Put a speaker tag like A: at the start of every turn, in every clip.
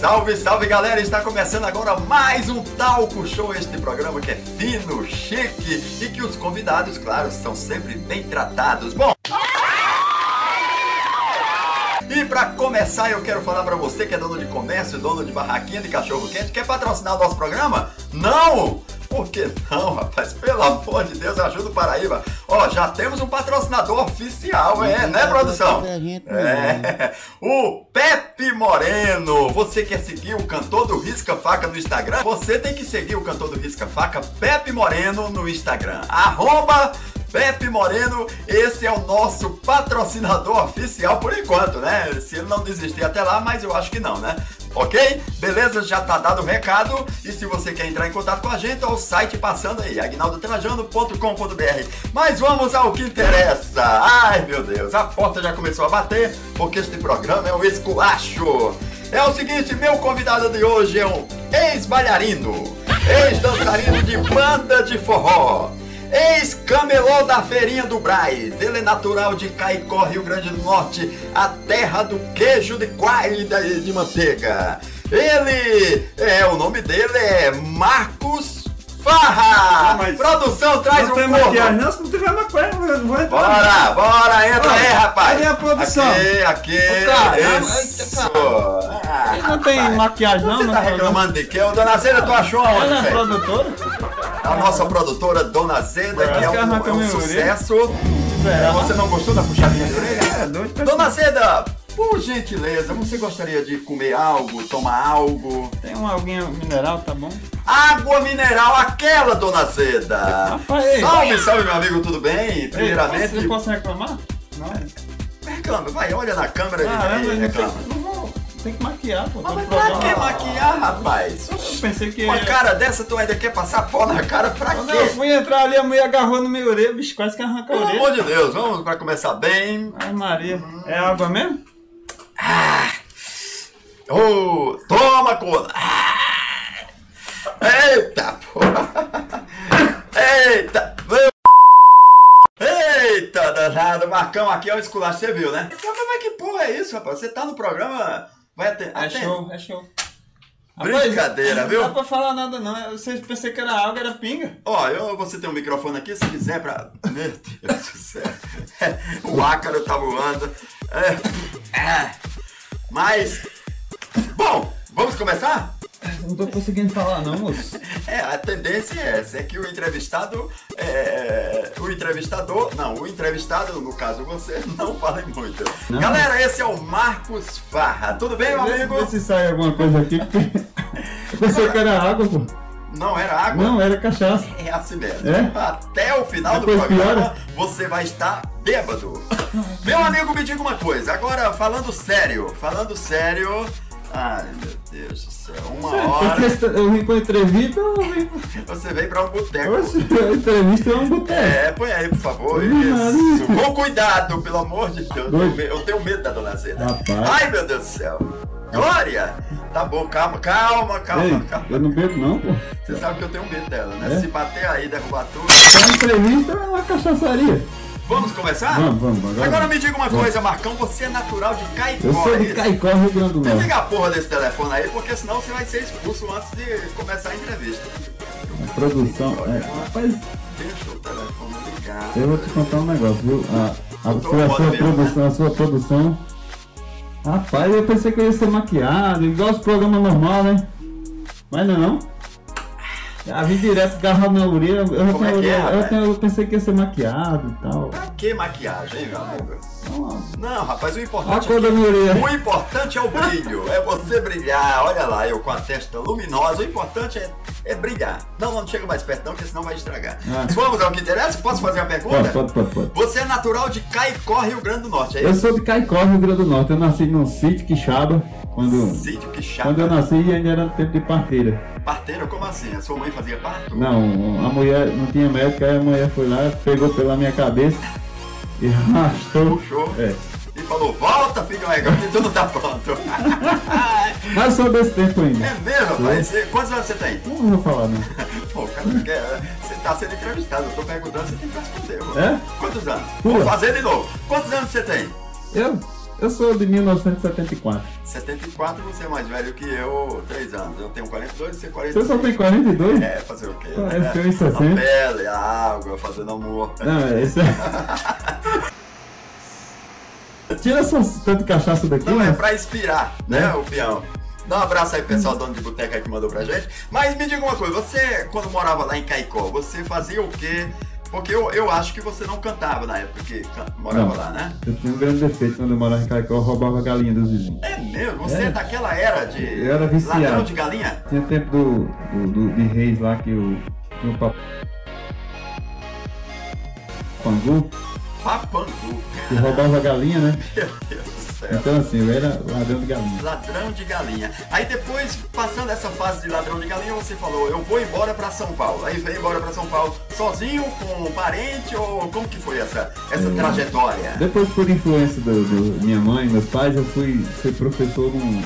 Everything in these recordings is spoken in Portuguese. A: Salve, salve galera! Está começando agora mais um Talco Show, este programa que é fino, chique e que os convidados, claro, são sempre bem tratados. Bom, e para começar, eu quero falar para você que é dono de comércio, dono de barraquinha de cachorro quente, quer patrocinar o nosso programa? Não! Por que não, rapaz? Pelo amor de Deus, ajuda o Paraíba. Ó, já temos um patrocinador oficial, é, né, produção? É. O Pepe Moreno. Você quer seguir o cantor do Risca Faca no Instagram? Você tem que seguir o cantor do Risca Faca, Pepe Moreno, no Instagram. Arroba Pepe Moreno, esse é o nosso patrocinador oficial por enquanto, né? Se ele não desistir até lá, mas eu acho que não, né? Ok? Beleza? Já tá dado o recado. E se você quer entrar em contato com a gente, é o site passando aí, agnaldotrajano.com.br. Mas vamos ao que interessa. Ai, meu Deus, a porta já começou a bater, porque este programa é um esculacho. É o seguinte, meu convidado de hoje é um ex-bailarino, ex-dançarino de banda de forró. Ex-camelô da feirinha do Braz, ele é natural de Caicó, Rio Grande do Norte, a terra do queijo de coalho e de manteiga. Ele, é, o nome dele é Marcos Farra.
B: Ah, mas
A: Produção, traz
B: não
A: um
B: tem
A: corno.
B: maquiagem, não, se não tiver maquiagem, eu não vou entrar.
A: Bora, bora, entra
B: Olha,
A: aí, rapaz.
B: cadê a produção?
A: Aqui, aqui.
C: Ô, cara, não,
A: isso.
C: eita,
A: Ah,
C: Ele não tem
A: rapaz.
C: maquiagem, não?
A: Você
C: não
A: tá reclamando de quê? Ô, dona Zena, tu achou aonde,
C: Ela é
A: velho?
C: produtora?
A: A nossa produtora Dona Zeda, que é
B: Parece que
A: um,
B: arranca
A: é um
B: minha
A: sucesso. É, você não gostou da puxadinha de orelha?
B: É, doido pra-
A: Dona Zeda, por gentileza, você gostaria de comer algo, tomar algo?
C: Tem um alguém mineral, tá bom?
A: Água mineral, aquela, Dona Zeda!
C: Rapaz, ei.
A: Salve, salve, meu amigo, tudo bem?
C: Ei, posso-
A: Primeiramente,
C: eu posso reclamar?
B: É.
C: Não.
A: reclama, vai, olha na câmera
C: Caramba,
A: e
C: não tem,
A: reclama.
C: não vou, tem que maquiar, pô.
A: Mas
C: todo
A: pra
C: programa.
A: que maquiar, rapaz?
C: Eu pensei que...
A: Uma cara dessa, tu ainda quer passar pó na cara pra
C: Quando eu
A: quê?
C: fui entrar ali, a mulher agarrou no meu orelha, bicho, quase que arrancou a
A: Pelo
C: orelha.
A: amor de Deus, vamos pra começar bem.
C: Ai, Maria.
B: Uhum.
C: É água mesmo?
A: Ô, toma, cola! Eita, porra! Eita! Eita, danado! Marcão, aqui é o esculacho, você viu, né? Então, como é que porra é isso, rapaz? Você tá no programa... Vai até...
C: É
B: Tá
A: até-
C: show, é show. Rapaz,
A: Brincadeira, viu?
C: Não dá pra falar nada, não. Vocês pensei que era água, era pinga.
A: Ó, eu vou ter um microfone aqui, se quiser, pra... Meu Deus do céu. O ácaro tá voando. É, é. Mas... Bom, vamos começar?
C: Não tô conseguindo falar, não, moço.
A: É, a tendência é essa, é que o entrevistado, é, o entrevistador, não, o entrevistado, no caso você, não fale muito. Galera, esse é o Marcos Farra, tudo bem, meu
C: Vê,
A: amigo?
C: vê se sai alguma coisa aqui, porque... Pensei que era água, pô.
A: Não era água,
C: Não, era cachaça.
A: é assim mesmo.
C: É?
A: Até o final do
C: Depois
A: programa,
C: piora.
A: você vai estar bêbado. meu amigo, me diga uma coisa, agora falando sério, falando sério... Ai, meu Deus do céu, uma hora
C: Porque eu vim pra entrevista, eu vim
A: você vem pra um boteco.
C: Oxe, a entrevista é um boteco.
A: É, põe aí, por favor.
C: Ih,
A: Isso.
C: Maria.
A: Com cuidado, pelo amor de Deus. Eu tenho
C: Doido.
A: me- Eu tenho medo da dona Zeda.
C: Rapaz.
A: Ai, meu Deus do céu. Glória! Tá bom, calma, calma, calma,
C: Ei,
A: calma.
C: eu não bebo não, pô.
A: Você sabe que eu tenho medo dela, né?
C: É?
A: Se bater aí, derrubar tudo.
C: A entrevista é uma cachaçaria.
A: Vamos começar?
C: Vamos, vamos, agora
A: Agora
C: vamos.
A: me diga uma coisa, Marcão. Você é natural de Caicó,
C: Eu sou
A: é
C: de
A: isso?
C: Caicó, Rio Grande do Norte.
A: Desliga a porra desse telefone aí, porque senão você vai ser expulso antes de começar a entrevista.
C: A produção, é. Rapaz,
A: Deixa o telefone ligado.
C: eu vou te contar um negócio, viu? A, a,
A: Eu tô
C: sua- a sua
A: foda mesmo,
C: produção, a sua produção. Rapaz, eu pensei que eu ia ser maquiado, igual os programas normal, né? Mas não é não. Já vim direto agarrar minha orelha. Eu,
A: Como é
C: tenho-
A: que é,
C: eu,
A: rapaz?
C: tenho- eu pensei que ia ser maquiado e tal.
A: Pra que maquiagem, hein, meu amigo?
C: Então,
A: Não, rapaz, o
C: ó, a
A: importante é
C: cor da minha orelha.
A: O importante é o brilho, é você brilhar. Olha lá, eu com a testa luminosa. O importante é, é brilhar. Não, não chega mais perto, não, porque senão vai estragar.
C: Ah.
A: Vamos ao que interessa? Posso fazer uma pergunta?
C: Pode, pode, pode, pode.
A: Você é natural de Caicó, Rio Grande do Norte, é
C: Eu
A: isso?
C: sou de Caicó, Rio Grande do Norte. Eu nasci num sítio Quixaba. Quando,
A: Sítio que chato.
C: quando eu nasci ainda era tempo de parteira.
A: Parteiro, como assim? A sua mãe fazia parto?
C: Não, a mulher não tinha médico, aí a mulher foi lá, pegou pela minha cabeça e arrastou.
A: Puxou
C: É.
A: e falou, volta, filho legal, que tudo tá pronto.
C: Mas sou desse tempo ainda.
A: é mesmo, rapaz? Você- Quantos anos você tem?
C: Não vou falar não.
A: Pô, cara, não quer- você tá sendo entrevistado, eu tô perguntando, você tem que responder, mano.
C: É?
A: Quantos anos?
C: Pula.
A: Vou fazer de novo. Quantos anos você tem?
C: Eu? Eu sou de 1974.
A: 74 você é mais velho que eu, 3 anos. Eu tenho 42 e você 42.
C: Você só tem um. 42?
A: É, fazer o quê?
C: Parece que Ah, eu em 60.
A: A pele, a água, fazendo amor.
C: Não, é isso é. Tira essas tanto cachaça daqui.
A: Não, é
C: mas-
A: pra inspirar,
C: É.
A: né, o peão? Dá um abraço aí, pessoal, dono de boteca aí que mandou pra gente. Mas me diga uma coisa, você, quando morava lá em Caicó, você fazia o quê? Porque eu, eu acho que você não cantava na época que can- morava
C: Não.
A: lá, né?
C: Eu tinha um grande defeito quando eu morava em Caicó, eu roubava a galinha dos vizinhos.
A: É mesmo, você é,
C: É.
A: daquela era de
C: Eu era viciado.
A: ladrão de galinha?
C: Tinha tempo do, do, do- de Reis lá que o, que o pap- Pangu,
A: Papangu,
C: que roubava a galinha, né?
A: meu Deus do céu.
C: Então assim, eu era ladrão de galinha.
A: Ladrão de galinha. Aí depois, passando essa fase de ladrão de galinha, você falou, eu vou embora pra São Paulo. Aí veio embora pra São Paulo sozinho, com um parente, ou como que foi essa, essa
C: É.
A: trajetória?
C: Depois, por influência da minha mãe, meus pais, eu fui ser professor com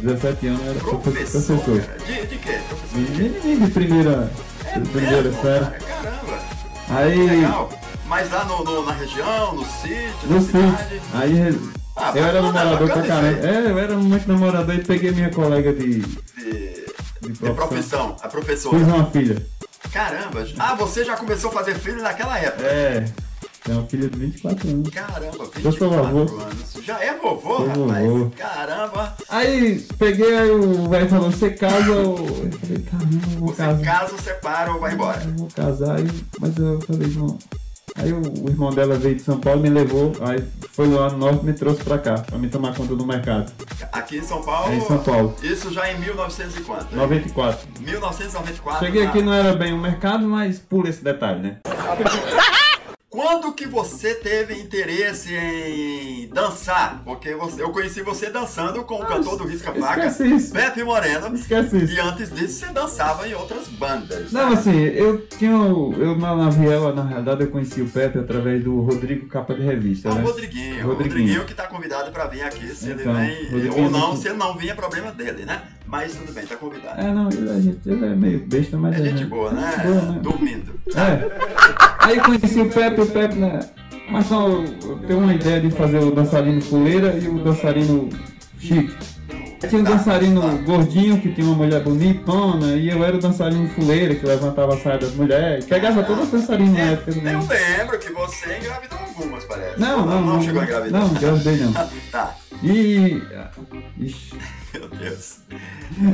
C: 17 anos, eu era profe-
A: Professor?
C: professor.
A: cara? De, de quê? Professor de quê?
C: Menino de primeira,
A: É
C: de primeira
A: mesmo,
C: série.
A: cara? Caramba, que
C: Aí,
A: legal. Mas lá no, no- na região, no sítio, na
C: você,
A: cidade...
C: aí
A: Ah,
C: eu
A: bacana,
C: era namorador pra
A: bacana
C: caramba.
A: isso
C: É, eu era muito namorador e peguei minha colega de, de
A: De, de
C: profissão.
A: profissão, a professora.
C: Fiz uma filha.
A: Caramba, ah, você já começou a fazer filho naquela época.
C: É, é uma filha de 24 anos.
A: Caramba,
C: Eu sou
A: 24
C: vovô.
A: anos. Já é vovô,
C: Sou
A: rapaz?
C: vovô.
A: Caramba.
C: Aí peguei, aí o velho falou, você casa ou. Eu falei, caramba, eu vou
A: Você
C: casar.
A: casa, separa ou vai embora.
C: Eu vou casar, aí, mas eu falei, não. Aí o, o irmão dela veio de São Paulo, me levou, aí foi lá no norte e me trouxe pra cá, pra me tomar conta do mercado.
A: Aqui em São Paulo...
C: É em São Paulo.
A: Isso já em 1900 e quanto?
C: 94.
A: 1994.
C: Cheguei
A: na-
C: aqui, não era bem o mercado, mas pula esse detalhe, né?
A: Quando que você teve interesse em dançar? Porque você- eu conheci você dançando com o cantor do Risca Faca,
C: Ah, Esquece isso,
A: Pepe Moreno.
C: esquece isso.
A: E antes disso você dançava em outras bandas.
C: Não, assim, eu tinha. o- Eu na, na Viela, na realidade, eu conheci o Pepe através do Rodrigo Capa de Revista,
A: Ah, o
C: né?
A: Rodriguinho, o
C: Rodriguinho.
A: Rodriguinho que tá convidado pra vir aqui, se
C: Então,
A: ele vem
C: Rodriguinho
A: ou não,
C: aqui.
A: se ele não vir é problema dele, né? Mas tudo bem, tá convidado.
C: É, não, ele, a gente, ele é meio besta, mas.
A: É gente
C: é,
A: boa, né?
C: Boa, né?
A: Dormindo.
C: É. Aí conheci o Pepe, o Pepe, né? Mas só eu tenho uma ideia de fazer o dançarino fuleira e o dançarino chique. Tinha um dançarino gordinho que tinha uma mulher bonitona e eu era o dançarino fuleira que levantava a saia das mulheres. Pegava todas as dançarinas na época. né?
A: Eu lembro que você engravidou algumas, parece.
C: Não,
A: Ou
C: não,
A: Não chegou a engravidar.
C: Não, engravidei não.
A: Tá,
C: E. Ixi,
A: meu Deus.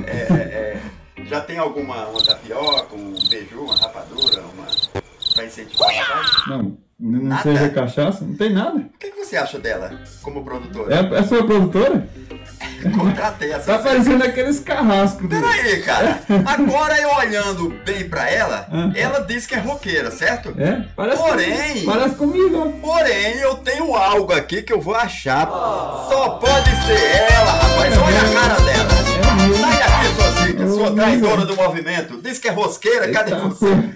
A: É, é, é, já tem alguma uma tapioca, um beiju, uma rapadura, uma. pra incentivar a vontade?
C: não, não
A: Nada.
C: seja cachaça, não tem nada.
A: O que, que você acha dela como produtora?
C: É, a- é a sua produtora?
A: Contratei essa.
C: Tá parecendo aqueles carrascos. do-
A: Peraí, cara. Agora eu olhando bem pra ela,
C: É. Ah.
A: ela diz que é roqueira, certo?
C: É? Parece,
A: Porém-
C: parece comigo, ó.
A: Porém, eu tenho algo aqui que eu vou achar.
C: Ah.
A: Só pode ser ela, rapaz. Olha a cara dela.
C: É mesmo.
A: Sai daqui, sua zica, sua
C: É
A: traidora do
C: mesmo.
A: movimento. Diz que é rosqueira, cadê
C: Eita,
A: você?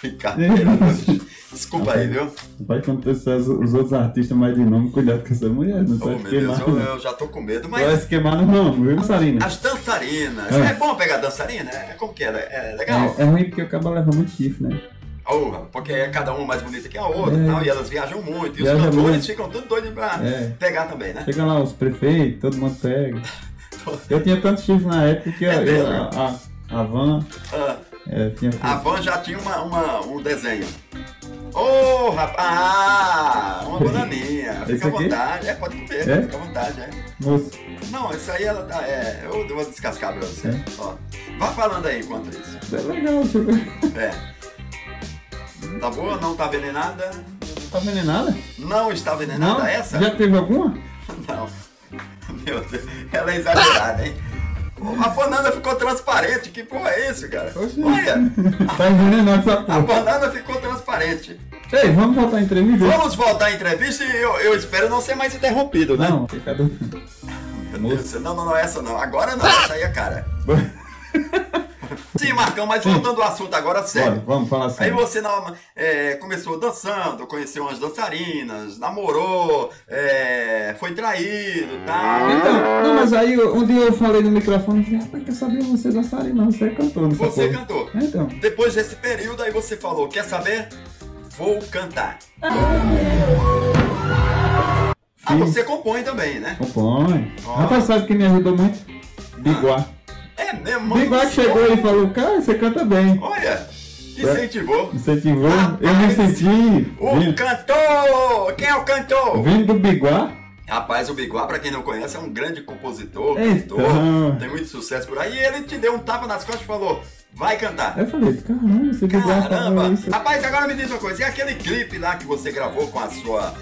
A: Brincadeira, bicho. Desculpa aí, viu?
C: Vai acontecer os, os outros artistas mais de nome, cuidado com essa mulher, não
A: Oh,
C: vai
A: meu
C: queimar.
A: Deus, eu, eu já tô com medo,
C: Vai
A: mas.
C: se queimar no ramo, viu, Sarina?
A: As dançarinas.
C: Ah.
A: É bom pegar dançarina? É como que é? É legal?
C: É, é ruim porque o cabo leva muito chifre, né?
A: Porra, porque é cada uma mais bonita que a outra
C: É.
A: e tal, e elas viajam muito, e os
C: Viaja
A: cantores
C: muito.
A: ficam tudo doidos pra
C: É.
A: pegar também, né?
C: Chega lá os prefeitos, todo mundo pega. Eu tinha tanto chifre na época que eu-
A: É mesmo?
C: eu- a, a, a van
A: Ah,
C: é, tinha.
A: a Van já tinha uma, uma- um desenho. Ô, rapaz! Ah! Uma bananinha,
C: Esse
A: fica à
C: aqui?
A: vontade. É, pode comer,
C: É?
A: fica à vontade, é.
C: Moço,
A: Não, isso aí ela tá. É, eu vou descascar pra você.
C: É.
A: Ó. Vá falando aí enquanto isso.
C: isso é legal, chegou.
A: É. Tá boa? Não tá venenada?
C: Tá envenenada?
A: Não está venenada essa?
C: Já teve alguma?
A: Não. Meu Deus, ela é exagerada, hein? A banana ficou transparente, que porra é isso, cara?
C: Oxi.
A: Olha,
C: Tá envenenada essa
A: a
C: porra.
A: banana ficou transparente.
C: Ei, vamos voltar à entrevista?
A: Vamos voltar à entrevista e eu, eu espero não ser mais interrompido, né?
C: Não, fica do.
A: Meu Deus, do céu, não, não, não, essa não. Agora não, essa aí é cara. Sim, Marcão, mas voltando ao assunto agora,
C: Bora,
A: sério.
C: vamos falar
A: Aí
C: sério.
A: você na- é, começou dançando, conheceu umas dançarinas, namorou, é, foi traído e tal.
C: Então, não, mas aí eu- um dia eu falei no microfone, assim, falei, rapaz, quer saber, você é dançarino, não, você é cantor, não
A: Você é cantou.
C: Então,
A: Depois desse período, aí você falou: Ah, Quer saber? Vou cantar. Ah,
C: Sim.
A: você compõe também, né?
C: Compõe.
A: Ó.
C: Rapaz, sabe quem me ajudou muito? Biguá.
A: É mesmo? mano
C: Biguá
A: do
C: que chegou É.
A: céu.
C: e falou, cara, você canta bem.
A: Olha, incentivou.
C: Incentivou. Eu me
A: Rapaz.
C: senti
A: O
C: vindo,
A: cantor! Quem é o cantor?
C: vindo do Biguá.
A: Rapaz, o Biguá, pra quem não conhece, é um grande compositor,
C: Então.
A: cantor, tem muito sucesso por aí. E ele te deu um tapa nas costas e falou: vai cantar.
C: Aí eu falei, caramba, você Biguá
A: Caramba!
C: falou isso.
A: Rapaz, agora me diz uma coisa: e aquele clipe lá que você gravou com a sua.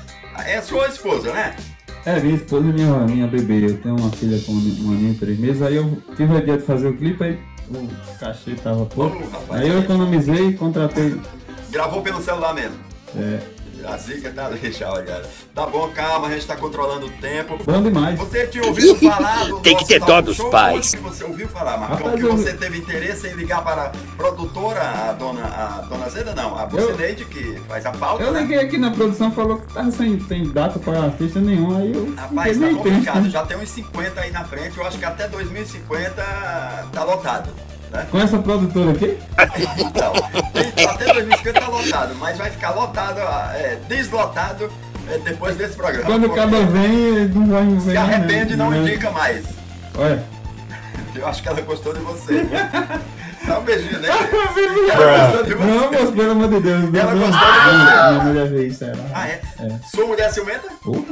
A: É sua esposa, né?
C: É, minha esposa e minha, minha bebê. Eu tenho uma filha com um aninho e três meses. Aí eu tive a ideia de fazer o clipe, aí o cachê tava pouco.
A: Ô, rapaz,
C: Aí eu economizei e contratei.
A: Gravou pelo celular mesmo.
C: É,
A: A zica tá deixada, cara. Tá bom, calma, a gente tá controlando o tempo.
C: bom demais.
A: Você tinha ouvido falar do
D: Tem que
A: nosso
D: ter
A: talk
D: dó dos
A: show?
D: pais.
A: Como é que Você ouviu falar, Marcão,
C: Rapaz,
A: que
C: eu-
A: você teve interesse em ligar para a produtora, a dona, a dona Zeda, não, a Bucineide, que faz a pauta,
C: Eu
A: né?
C: liguei aqui na produção, falou que tava sem, sem data pra artista nenhum, aí eu
A: Rapaz, tá
C: fiquei meio
A: complicado,
C: triste, né?
A: já tem uns 50 aí na frente, eu acho que até 2050 tá lotado, né?
C: Com essa produtora aqui?
A: Então, tem- até 2050 tá lotado, mas vai ficar lotado, é, deslotado é, depois desse programa.
C: Quando o
A: porque
C: cara vem, ele não vai me ver.
A: se arrepende, não
C: né?
A: indica mais.
C: Olha.
A: Eu acho que ela gostou de você. Dá um beijinho, né?
C: Não, moço, pelo amor de Deus.
A: Ela
C: não,
A: gostou de
C: não,
A: você.
C: Minha mulher vê isso, ela.
A: Ah, é?
C: É.
A: Sua mulher ciumenta?
C: Porra,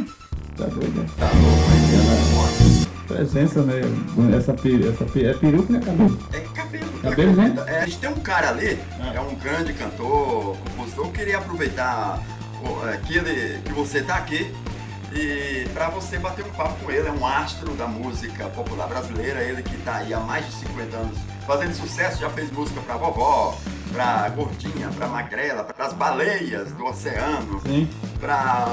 C: tá doido, né?
A: Tá
C: é
A: bom,
C: Presença, né? Essa, peru- essa peru- é peruca, né, cabelo?
A: mas é cabelo.
C: Cabelo, né?
A: É, a gente tem um cara ali,
C: Ah.
A: é um grande cantor, compositor. Eu queria aproveitar o- é, que, ele, que você tá aqui e pra você bater um papo com ele. É um astro da música popular brasileira. Ele que tá aí há mais de 50 anos fazendo sucesso, já fez música pra vovó, pra gordinha, pra magrela, pras baleias do oceano.
C: Sim.
A: para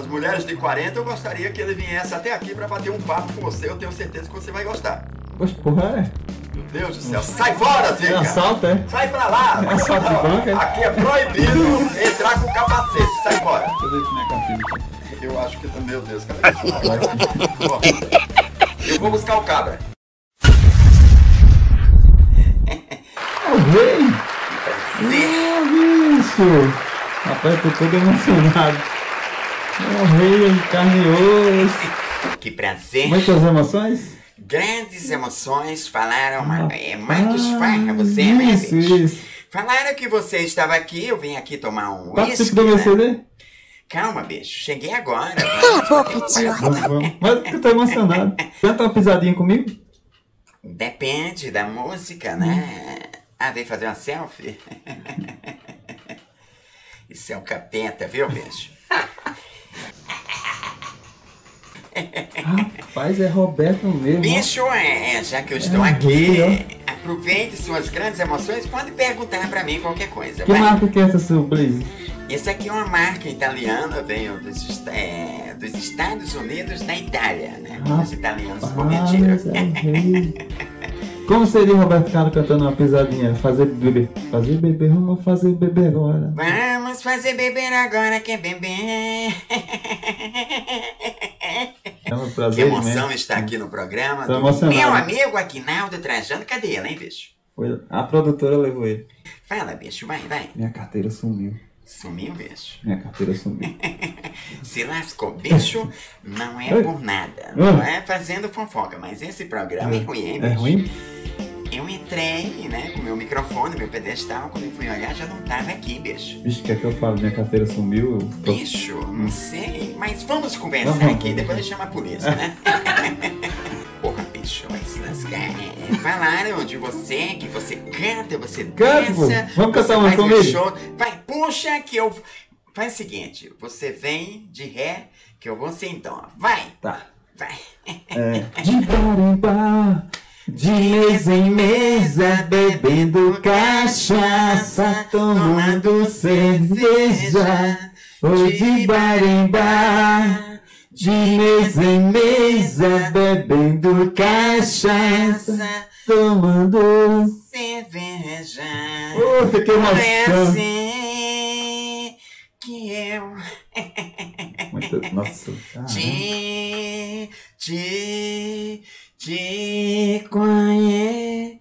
A: as mulheres de 40, eu gostaria que ele viesse até aqui para bater um papo com você. Eu tenho certeza que você vai gostar.
C: Poxa, porra, é.
A: Meu Deus do céu, sai fora,
C: É
A: Zica!
C: assalto, é?
A: Sai pra lá!
C: É assalto de banco, é?
A: Aqui é proibido entrar com capacete, sai fora!
C: Deixa eu ver se não é cabelo.
A: Eu acho que. Meu Deus, cadê que eu Bom, Eu vou buscar o cabra.
C: É o rei! É, bicho! Rapaz, tô todo emocionado. É o rei, encarneou. esse-
A: Que prazer!
C: Muitas emoções?
A: Grandes emoções falaram, é
C: Ah,
A: né,
C: Isso, isso. Tá
A: Falaram que você estava aqui, eu vim aqui tomar um
C: Participe do meu CD?
A: Calma, bicho, cheguei agora. Cala a boca,
C: Vamos, vamos. Mas eu tô emocionado. Canta uma pisadinha comigo?
A: Depende da música, né? Ah, veio fazer uma selfie? Isso é um capeta, viu, bicho?
C: Rapaz, é Roberto mesmo.
A: Bicho, é, já que eu estou aqui, aproveite suas grandes emoções, pode perguntar pra mim qualquer coisa.
C: Que
A: vai.
C: marca que é essa sua, Blaze?
A: Esse aqui é uma marca italiana, veio dos, est- é, dos Estados Unidos da Itália, né? Os italianos
C: Rapaz,
A: cometiram.
C: é o rei. Como seria Roberto Carlos cantando uma pisadinha? Fazer bebê. Fazer bebê, vamos fazer bebê agora.
A: Vamos fazer beber agora que é beber.
C: É um
A: Que
C: prazer
A: emoção
C: imenso.
A: estar aqui no programa.
C: Tô
A: do
C: emocionado.
A: Meu amigo Aquinaldo Trajano, cadê ele, hein, bicho?
C: Foi- A produtora levou ele.
A: Fala, bicho, vai, vai.
C: Minha carteira sumiu.
A: Sumiu, bicho.
C: Minha carteira sumiu.
A: Se lascou, bicho, não é
C: Oi.
A: por nada. Não
C: Ah.
A: é fazendo fofoca, mas esse programa é ruim, hein,
C: É
A: bicho?
C: ruim?
A: Eu entrei, né, com meu microfone, meu pedestal, quando eu fui olhar já não tava aqui, bicho.
C: Bicho, quer que eu falo? Minha carteira sumiu. eu tô-
A: Bicho, não sei, mas vamos conversar
C: Vamos.
A: aqui, depois eu chamo a polícia, né? Porra, bicho, vai se lascar. É, Falaram de você, que você canta, você
C: Canto, pô.
A: dança.
C: Vamos
A: você
C: cantar uma
A: faz um
C: comigo?
A: show. Vai, puxa que eu... Faz o seguinte, você vem de ré, que eu vou sem dó. Vai,
C: Tá.
A: vai.
C: É. De bar em bar, de mesa em mesa, bebendo cachaça, tomando cerveja. Foi de bar em bar, de mesa em é mesa, bebendo cachaça, tomando...
A: cerveja.
C: Puta, que
A: Não é
C: emoção!
A: assim que eu
C: Muito- Nossa, caramba.
A: te, te, te conheci.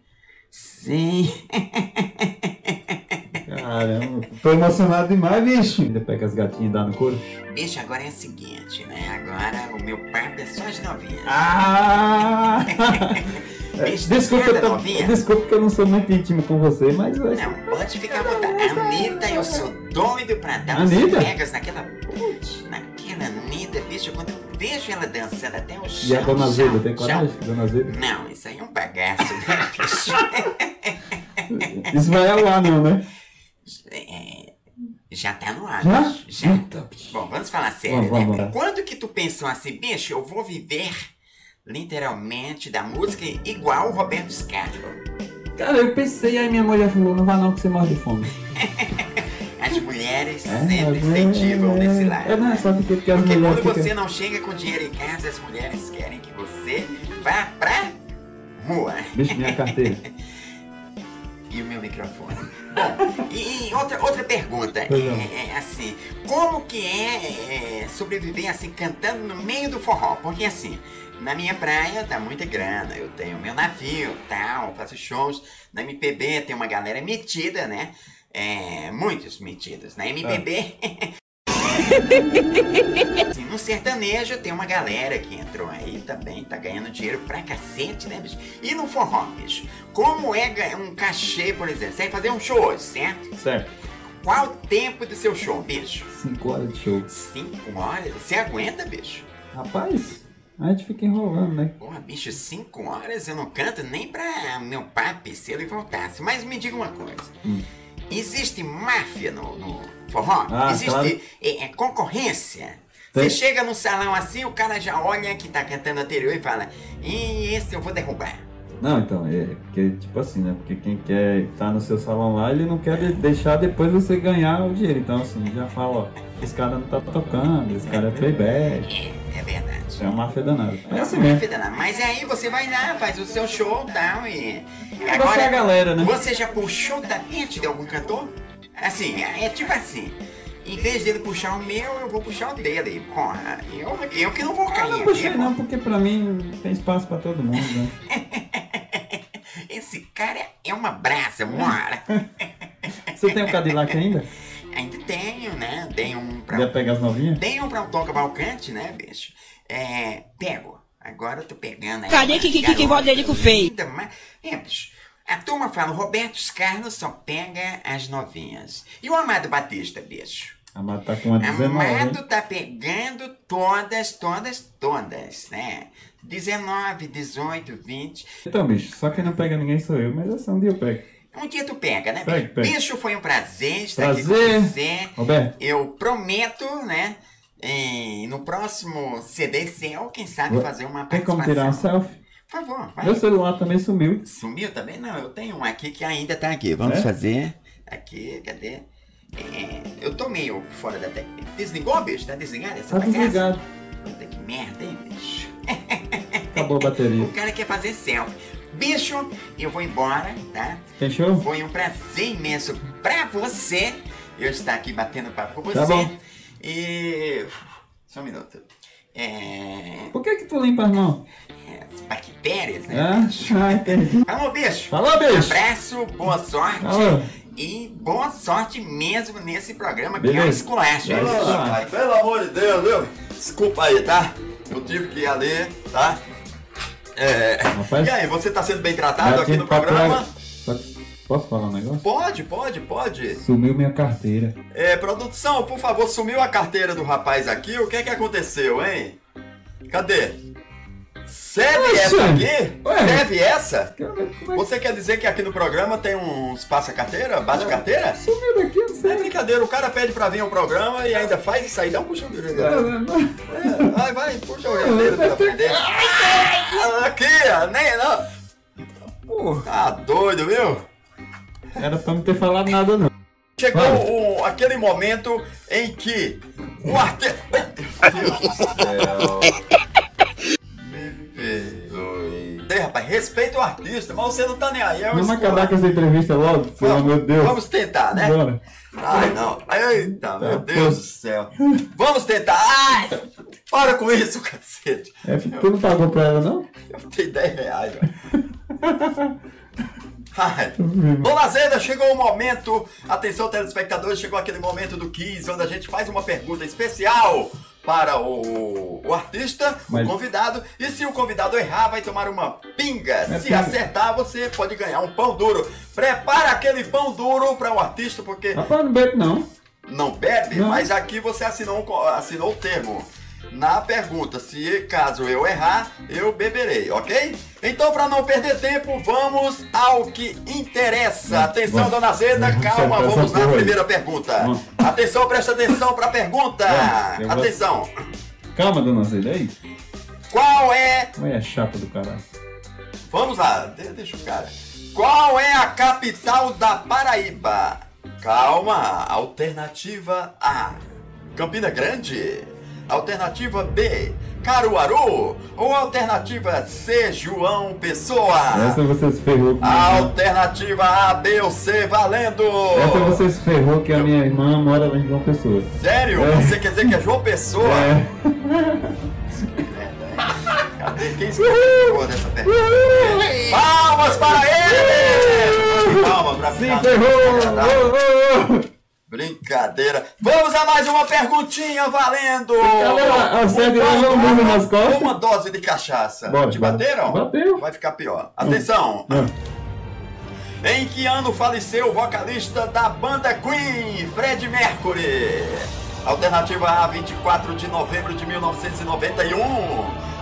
C: caramba.
E: Tô emocionado demais, bicho.
C: Ainda pega as gatinhas e dá no couro.
A: Bicho, agora é o seguinte, né? Agora o meu papo é só as novinhas.
C: Ah!
A: Bicho,
F: É, Desculpa, eu
A: cada
F: tô-
A: novinha?
F: desculpa que eu não sou muito íntimo com você, mas. eu acho-
A: Não, pode ficar à vontade. Anitta, eu sou doido pra dar uns
F: Anitta?
A: pegas naquela. Putz, naquela Anitta, bicho, quando eu vejo ela dançando até o chão.
C: E a dona
A: chão,
C: Zeda, tem
A: chão.
C: coragem? Dona Zeda?
A: Não, isso aí é um bagaço, né, bicho?
F: Isso vai ao ar, não, né?
A: É, já tá no ar,
F: Já?
A: bicho, Já.
F: Eita, bicho.
A: Bom, vamos falar sério,
F: Vamos, vamos,
A: né?
F: vamos.
A: Quando que tu pensou assim, bicho, eu vou viver literalmente da música igual o Roberto Scarpa?
F: Cara, eu pensei, aí minha mulher falou: não vai não, que você morre de fome.
A: As mulheres
F: É,
A: sempre incentivam
F: é,
A: nesse lado.
F: É, não, é só porque, porque as
A: Porque
F: mulheres
A: quando
F: ficam.
A: você não chega com dinheiro em casa, as mulheres querem que você vá pra rua.
C: Bicho, minha carteira.
A: E o meu microfone. Bom, e, e outra, outra pergunta.
C: Pois não.
A: É, é, assim, como que é, é, sobreviver assim, cantando no meio do forró? Porque assim, na minha praia dá muita grana, eu tenho meu navio, tal, faço shows. Na MPB tem uma galera metida, né? É, muitos metidos. né? Na MPB. Assim, no sertanejo tem uma galera que entrou aí também, tá ganhando dinheiro pra cacete, né, bicho? E no forró, bicho? Como é ganhar um cachê, por exemplo? Você vai fazer um show hoje, certo?
C: Certo.
A: Qual o tempo do seu show, bicho?
C: 5 horas de show.
A: Cinco horas? Você aguenta, bicho?
F: Rapaz, a gente fica enrolando, né?
A: Porra, bicho, cinco horas eu não canto nem pra meu papi se ele voltasse. Mas me diga uma coisa.
C: Hum.
A: Existe máfia no, no forró?
C: Ah,
A: Existe
C: claro.
A: é, é, concorrência? Você
C: Tem.
A: chega num salão assim, o cara já olha que tá cantando anterior e fala Ih, esse eu vou derrubar.
C: Não, então, é porque, tipo assim, né? Porque quem quer estar no seu salão lá, ele não quer de- deixar depois você ganhar o dinheiro. Então, assim, já fala, ó, esse cara não tá tocando, esse cara é playback.
A: É, é verdade.
C: Isso é uma máfia danada. É assim
A: Não é
C: mesmo.
A: fita nada. Mas aí você vai lá, faz o seu show e tal e...
C: Agora é a galera, né?
A: Você já puxou o tapete de algum cantor? Assim, é é tipo assim. Em vez dele puxar o meu, eu vou puxar o dele. Porra, eu, eu que não vou
C: Eu
A: cair.
C: Ah, não
A: aqui,
C: puxei não,
A: pô.
C: porque pra mim tem espaço pra todo mundo, né?
A: Esse cara é uma brasa, mora.
C: Você tem o Cadillac ainda?
A: Ainda tenho, né? Dei um
C: Já
A: pra.
C: pega as novinhas?
A: Dei um pra um Toca Balcante, né, bicho? É. Pego. Agora eu tô pegando aí.
G: Cadê que- que- que- que
A: Garota
G: modelico feio?
A: linda, mas- É, bicho. A turma fala, o Roberto Carlos só pega as novinhas. E o Amado Batista, bicho?
C: A Mata tá com uma
A: é
C: 19, hein?
A: Amado tá pegando todas, todas, todas, né? 19, 18, 20.
C: Então, bicho, só quem não pega ninguém sou eu, mas assim, um dia eu pego.
A: Um dia tu pega, né?
C: Pega,
A: bicho?
C: pega.
A: Bicho, foi um prazer estar aqui
C: Prazer.
A: com você.
C: Roberto,
A: Eu prometo, né? em- no próximo CD seu, quem sabe
C: Ué,
A: fazer uma
C: tem como
A: participação.
C: tirar uma selfie?
A: Por favor, vai.
C: Meu celular também sumiu.
A: Sumiu também? Não, eu tenho um aqui que ainda tá aqui. Vamos
C: É?
A: fazer. Aqui, cadê? É, eu tô meio fora da técnica. Desligou, bicho? Tá desligado essa
C: Tá
A: bagaça?
C: desligado.
A: Puta que merda, hein, bicho?
C: Acabou a bateria.
A: O cara quer fazer selfie. Bicho, eu vou embora, tá?
C: Tem show?
A: Foi um prazer imenso pra você eu estar aqui batendo papo com você.
C: Tá bom.
A: E. Só um minuto. É.
C: Por que que tu limpa as mãos?
A: é, As bactérias, né?
C: Ah,
A: bicho?
C: ah, entendi.
A: Falou, bicho! Um
C: Falou, bicho!
A: Abraço, boa sorte.
C: Falou.
A: E boa sorte mesmo nesse programa que é um
C: Beleza.
A: esculacho. hein?
C: Beleza.
H: Ah, cara, pelo amor de Deus, viu? Desculpa aí, tá? Eu tive que ir ali, tá? É.
C: Rapaz,
H: E aí, você tá sendo bem tratado
C: já
H: aqui
C: tive
H: no
C: pra
H: programa?
C: trás. Só que- Posso falar um negócio?
H: Pode, pode, pode.
C: Sumiu minha carteira.
H: É, produção, por favor, sumiu a carteira do rapaz aqui. O que é que aconteceu, hein? Cadê? Serve
F: Oxe.
H: essa aqui?
F: Ué.
H: Serve essa?
F: Cara, como é
H: Você quer dizer que aqui no programa tem uns passa-carteira? Bate-carteira?
F: que sumiu daqui? Eu Não
H: É
F: sei.
H: brincadeira, o cara pede pra vir ao programa e ainda faz isso aí, dá um puxão de orelha.
F: Não, não, não.
H: É, vai, vai, puxa a orelha dele pra aprender. Aqui, ó, nem não.
F: Pô,
H: Tá doido, viu?
C: Era pra não ter falado nada, não.
H: Chegou
C: Vai.
H: o- aquele momento em que o arte... Meu Deus do céu. Me perdoe. Ei, rapaz, respeita o artista, mas você não tá nem aí. É um
C: Vamos
H: esculacho.
C: acabar com essa entrevista logo, pelo amor de Deus.
H: Vamos tentar, né?
C: Bora.
H: Ai, não. Eita, meu
C: Tá,
H: Deus do céu. Vamos tentar. Ai, para com isso, cacete.
C: É, tu não pagou pra ela, não?
H: Eu tenho 10 reais, velho.
A: Ai. Dona Zeda, chegou o momento. Atenção, telespectadores, chegou aquele momento do quiz onde a gente faz uma pergunta especial para o, o artista,
C: Mas-
A: o convidado. E se o convidado errar, vai tomar uma pinga.
C: Mas
A: se
C: pinga.
A: acertar, você pode ganhar um pão duro. Prepara aquele pão duro para o artista, porque
C: Rapaz, não bebe não.
A: não bebe,
C: Não.
A: mas aqui você assinou, um co- assinou o termo. Na pergunta, se caso eu errar, eu beberei, ok? Então, para não perder tempo, vamos ao que interessa. Atenção,
C: vamos.
A: dona Zeda,
C: Vamos
A: calma,
C: acertar essa
A: vamos na
C: porra aí.
A: primeira pergunta.
C: Vamos.
A: Atenção, presta atenção para a pergunta.
C: Vamos, eu vou-
A: Atenção.
C: Calma, dona Zeda, aí.
A: Qual é.
C: Olha a chapa do caralho.
A: Vamos lá, de- deixa o cara. Qual é a capital da Paraíba? Calma, alternativa A. Campina Grande. Alternativa B. Caruaru. Ou alternativa C. João Pessoa.
H: Ah.
C: Essa é você se ferrou com
A: Alternativa A, B ou C valendo.
C: Essa você se ferrou que a minha irmã mora lá em João Pessoa.
A: Sério?
C: É.
A: Você quer dizer que é João Pessoa?
C: É.
A: Cadê? Quem escreveu dessa pergunta? Palmas para ele! Palmas para
C: Se
H: Tá.
C: ferrou! Ô, ô, ô.
A: Brincadeira. Vamos a mais uma perguntinha valendo!
C: Brincadeira, acerta
A: Um
C: aí,
A: pau
C: vamos
A: duro,
C: é nas costas.
A: Uma dose de cachaça.
C: Bora,
A: Te
C: bora.
A: bateram?
C: Bateu. Hum.
A: Vai ficar pior. Atenção! Em que ano faleceu o vocalista da banda Queen, Fred Mercury? Alternativa A, 24 de novembro de 1991.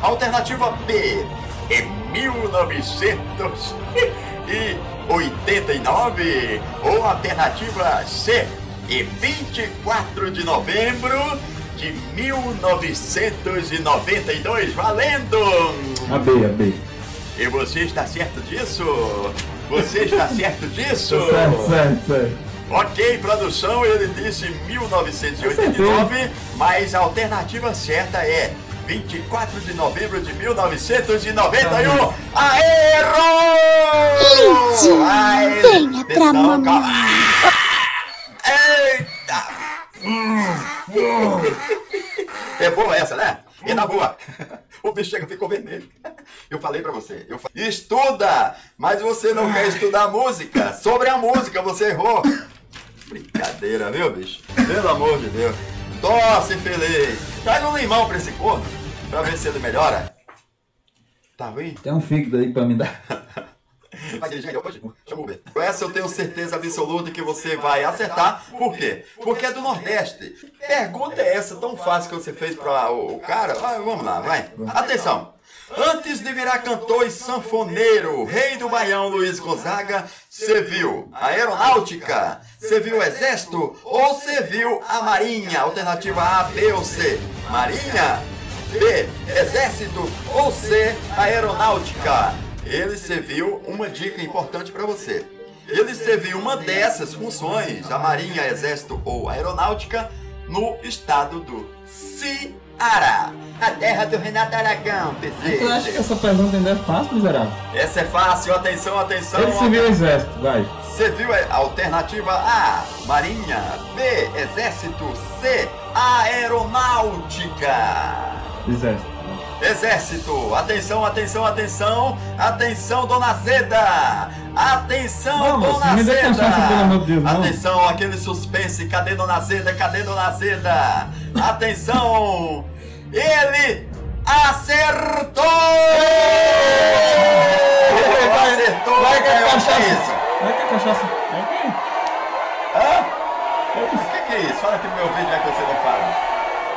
A: Alternativa B, em 1989. Ou alternativa C, em 24 de novembro de 1992. Valendo!
C: A B, a B.
A: E você está certo disso? Você está certo disso?
C: Certo, certo, certo.
A: Ok, produção, ele disse 1989, mas a alternativa certa é 24 de novembro de 1991. Aê, errou!
I: Gente,
A: Ai,
I: venha pra
A: atenção,
I: mamãe.
A: calma. Eita! É boa essa, né? E na boa. O bicho chega ficou vermelho. Eu falei pra você. Eu fa- Estuda! Mas você não quer estudar música. Sobre a música, você errou. Brincadeira, viu, bicho? Pelo amor de Deus. Tosse feliz. Traz um limão pra esse corno. Pra ver se ele melhora. Tá ruim?
C: Tem um fígado aí pra me dar.
A: Vai dirigir ainda hoje? Chama o Uber. Essa eu tenho certeza absoluta que você vai acertar. Por quê? Porque é do Nordeste. Pergunta é essa tão fácil que você fez para o o cara? Vai, vamos lá, vai. Atenção. Antes de virar cantor e sanfoneiro, rei do Baião Luiz Gonzaga, serviu a aeronáutica, serviu o exército ou serviu a marinha? Alternativa A, B ou C? Marinha? B, Exército ou C, Aeronáutica. Ele serviu uma dica importante para você. Ele serviu uma dessas funções, a Marinha, Exército ou Aeronáutica, no estado do Ceará, a terra do Renato Aragão,
C: Tu acha É. que
A: presidente.
C: essa pergunta ainda é fácil, miserável?
A: Essa é fácil, atenção, atenção.
C: Ele se viu o exército, vai.
A: Você viu a alternativa A, Marinha, B, Exército, C, Aeronáutica.
C: Exército.
A: Exército, atenção, atenção, atenção, atenção, dona Zeda! Atenção,
C: Vamos,
A: dona
C: assim, me dê
A: Zeda!
C: cachaça, pelo amor de Deus, não.
A: atenção, aquele suspense, cadê dona Zeda? Cadê dona Zeda? Atenção! Ele acertou!
C: vai,
A: acertou!
C: vai que é
A: ganhou
C: cachaça.
A: isso.
C: Vai que a cachaça. Vai que
A: Hã?
C: é isso.
A: O que, que é isso? Fala aqui no meu vídeo, é que você não fala.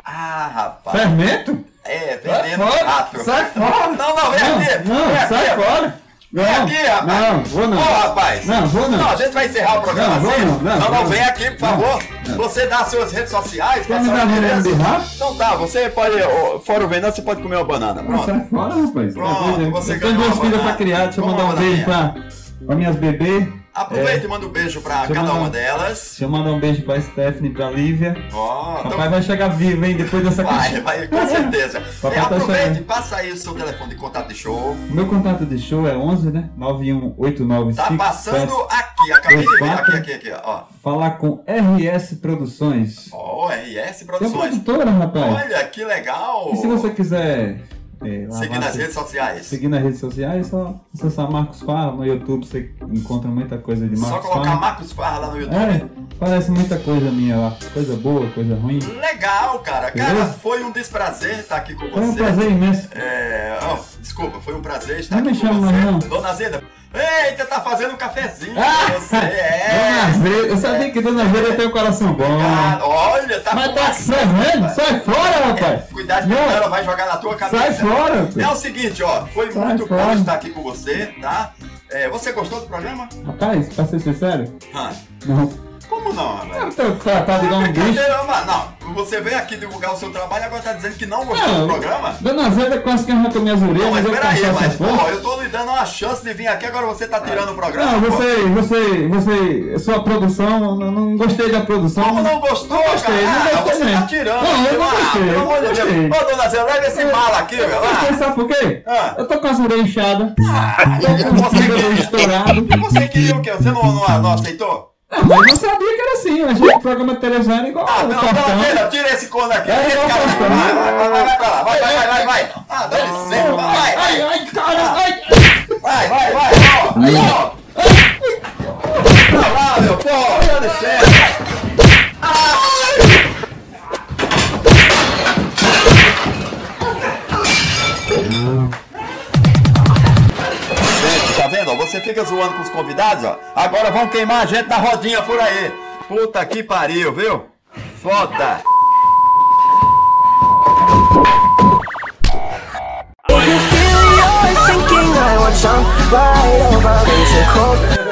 A: Ah, rapaz!
C: Fermento?
A: É,
C: Sai
A: veneno
C: fora!
A: rápido.
C: Sai fora!
A: Não, não, vem aqui!
C: Não,
A: vem
C: sai
A: aqui.
C: fora! Não,
A: Vem aqui, rapaz.
C: Não, vou não.
A: Ô, rapaz.
C: Não, vou não.
A: a gente vai encerrar o programa
C: Não, vou
A: assim.
C: não, não,
A: não,
C: não.
A: vem aqui, por favor. Você dá suas redes sociais.
C: Quer me
A: passar
C: dar
A: o
C: veneno
A: endereço.
C: de rato?
A: Então tá, você pode, ó, fora o veneno, você pode comer uma banana. Pronto.
C: Sai fora, rapaz.
A: Pronto,
C: Eu
A: você
C: tenho
A: ganhou
C: duas
A: uma
C: filhas
A: banana.
C: pra criar, deixa eu
A: Vamos
C: mandar um
A: lá,
C: beijo pra,
A: banana.
C: pra minhas bebês.
A: Aproveita e manda um beijo pra
C: Deixa eu
A: cada
C: mandar-
A: uma delas.
C: Deixa eu mandar um beijo pra Stephanie e pra Lívia.
A: Ó, então
C: Papai vai chegar vivo, hein, depois dessa
A: vai,
C: cachaça.
A: vai, com certeza.
C: Papai
A: É,
C: tá
A: aproveita
C: chegando.
A: e passa aí o seu telefone de contato de show.
C: O meu contato de show é 11, né? 91895.
A: Tá passando aqui, acabei de ver. Aqui,
C: quatro.
A: aqui, aqui, ó.
C: Falar com RS Produções.
A: Ó, RS
C: É
A: Produções.
C: produtora, rapaz.
A: Olha, que legal.
C: E se você quiser é, lavar
A: Seguindo as
C: seu-
A: redes sociais.
C: seguir nas redes sociais, só acessar Marcos Farra. No YouTube você encontra muita coisa de
A: Só
C: Marcos
A: colocar
C: Farra.
A: Marcos Farra lá no YouTube.
C: É, parece muita coisa minha lá. Coisa boa, coisa ruim.
A: Legal, cara. Cara,
C: Beleza?
A: foi um desprazer estar aqui com
C: Uhum. Foi um
A: você.
C: prazer imenso.
A: É, ó, desculpa, foi um prazer estar
C: Não
A: aqui
C: me
A: com
C: chama
A: você.
C: mais, não. Ah!
A: Dona Zeda, eita, tá fazendo um cafezinho com você.
C: Dona
A: É.
C: Zé, eu sabia que Dona Vera tem um coração bom.
A: Cara, olha, tá
C: Mas
A: com
C: tá
A: uma-
C: sangrando? Sai fora, rapaz!
A: Cuidado que
C: Não,
A: ela vai jogar na tua cabeça.
C: Sai fora!
A: É o seguinte, ó, foi
C: Sai
A: muito bom
C: fora.
A: estar aqui com você, tá? É, você gostou do programa?
C: Rapaz, pra ser sincero,
A: Hã,
C: não.
A: como não, rapaz?
C: Eu tô tratado igual Ah, um bicho.
A: Brincadeira, mas Não, você veio aqui divulgar o seu trabalho e agora tá dizendo que não gostou
C: Não,
A: do programa?
C: Dona Zé quase que arrancou minhas orelhas,
A: Não, mas
C: eu
A: peraí,
C: cansei
A: mas
C: essa porra.
A: pô, eu tô lhe dando uma chance de vir aqui, agora você tá tirando o programa.
C: Não,
A: pô.
C: você, é você, você, sua produção, eu não gostei da produção.
A: Como não gostou,
C: um Não
A: cara?
C: gostei, não
A: Ah,
C: gostei
A: você
C: mesmo.
A: tá tirando.
C: Não, eu não
A: Ah,
C: gostei,
A: Pelo
C: eu
A: amor de Deus.
C: gostei.
A: Ô, dona Zé, leva esse bala aqui, meu.
C: Você
A: lá.
C: sabe por quê?
A: Ah.
C: Eu tô com as orelhas inchadas,
A: Ah,
C: tô com o
A: você
C: fígado
A: queria-
C: estourado.
A: Você queria o quê? Você não, não, não aceitou?
C: Não, mas eu não sabia que era assim, eu achei que o programa Teresão era igual
A: Ah,
C: ao
A: não,
C: Faustão.
A: não, Zé, tira esse corno aqui.
C: É,
A: Esse
C: não,
A: cara aqui.
C: Faustão.
A: Vai, vai, vai, vai, vai pra lá. Vai, vai, vai, vai, vai. Ah, dá licença, vai, vai.
C: Ai, ai, cara, ai!
A: Vai, vai, vai, ó. Aí, ó. Vai lá, meu, pô, dá licença. Gente, tá vendo? ó? Você fica zoando com os convidados, ó. Agora vão queimar a gente na rodinha por aí. Puta que pariu, viu? Foda.
G: If you feel you're sinking, I will jump right over into cold.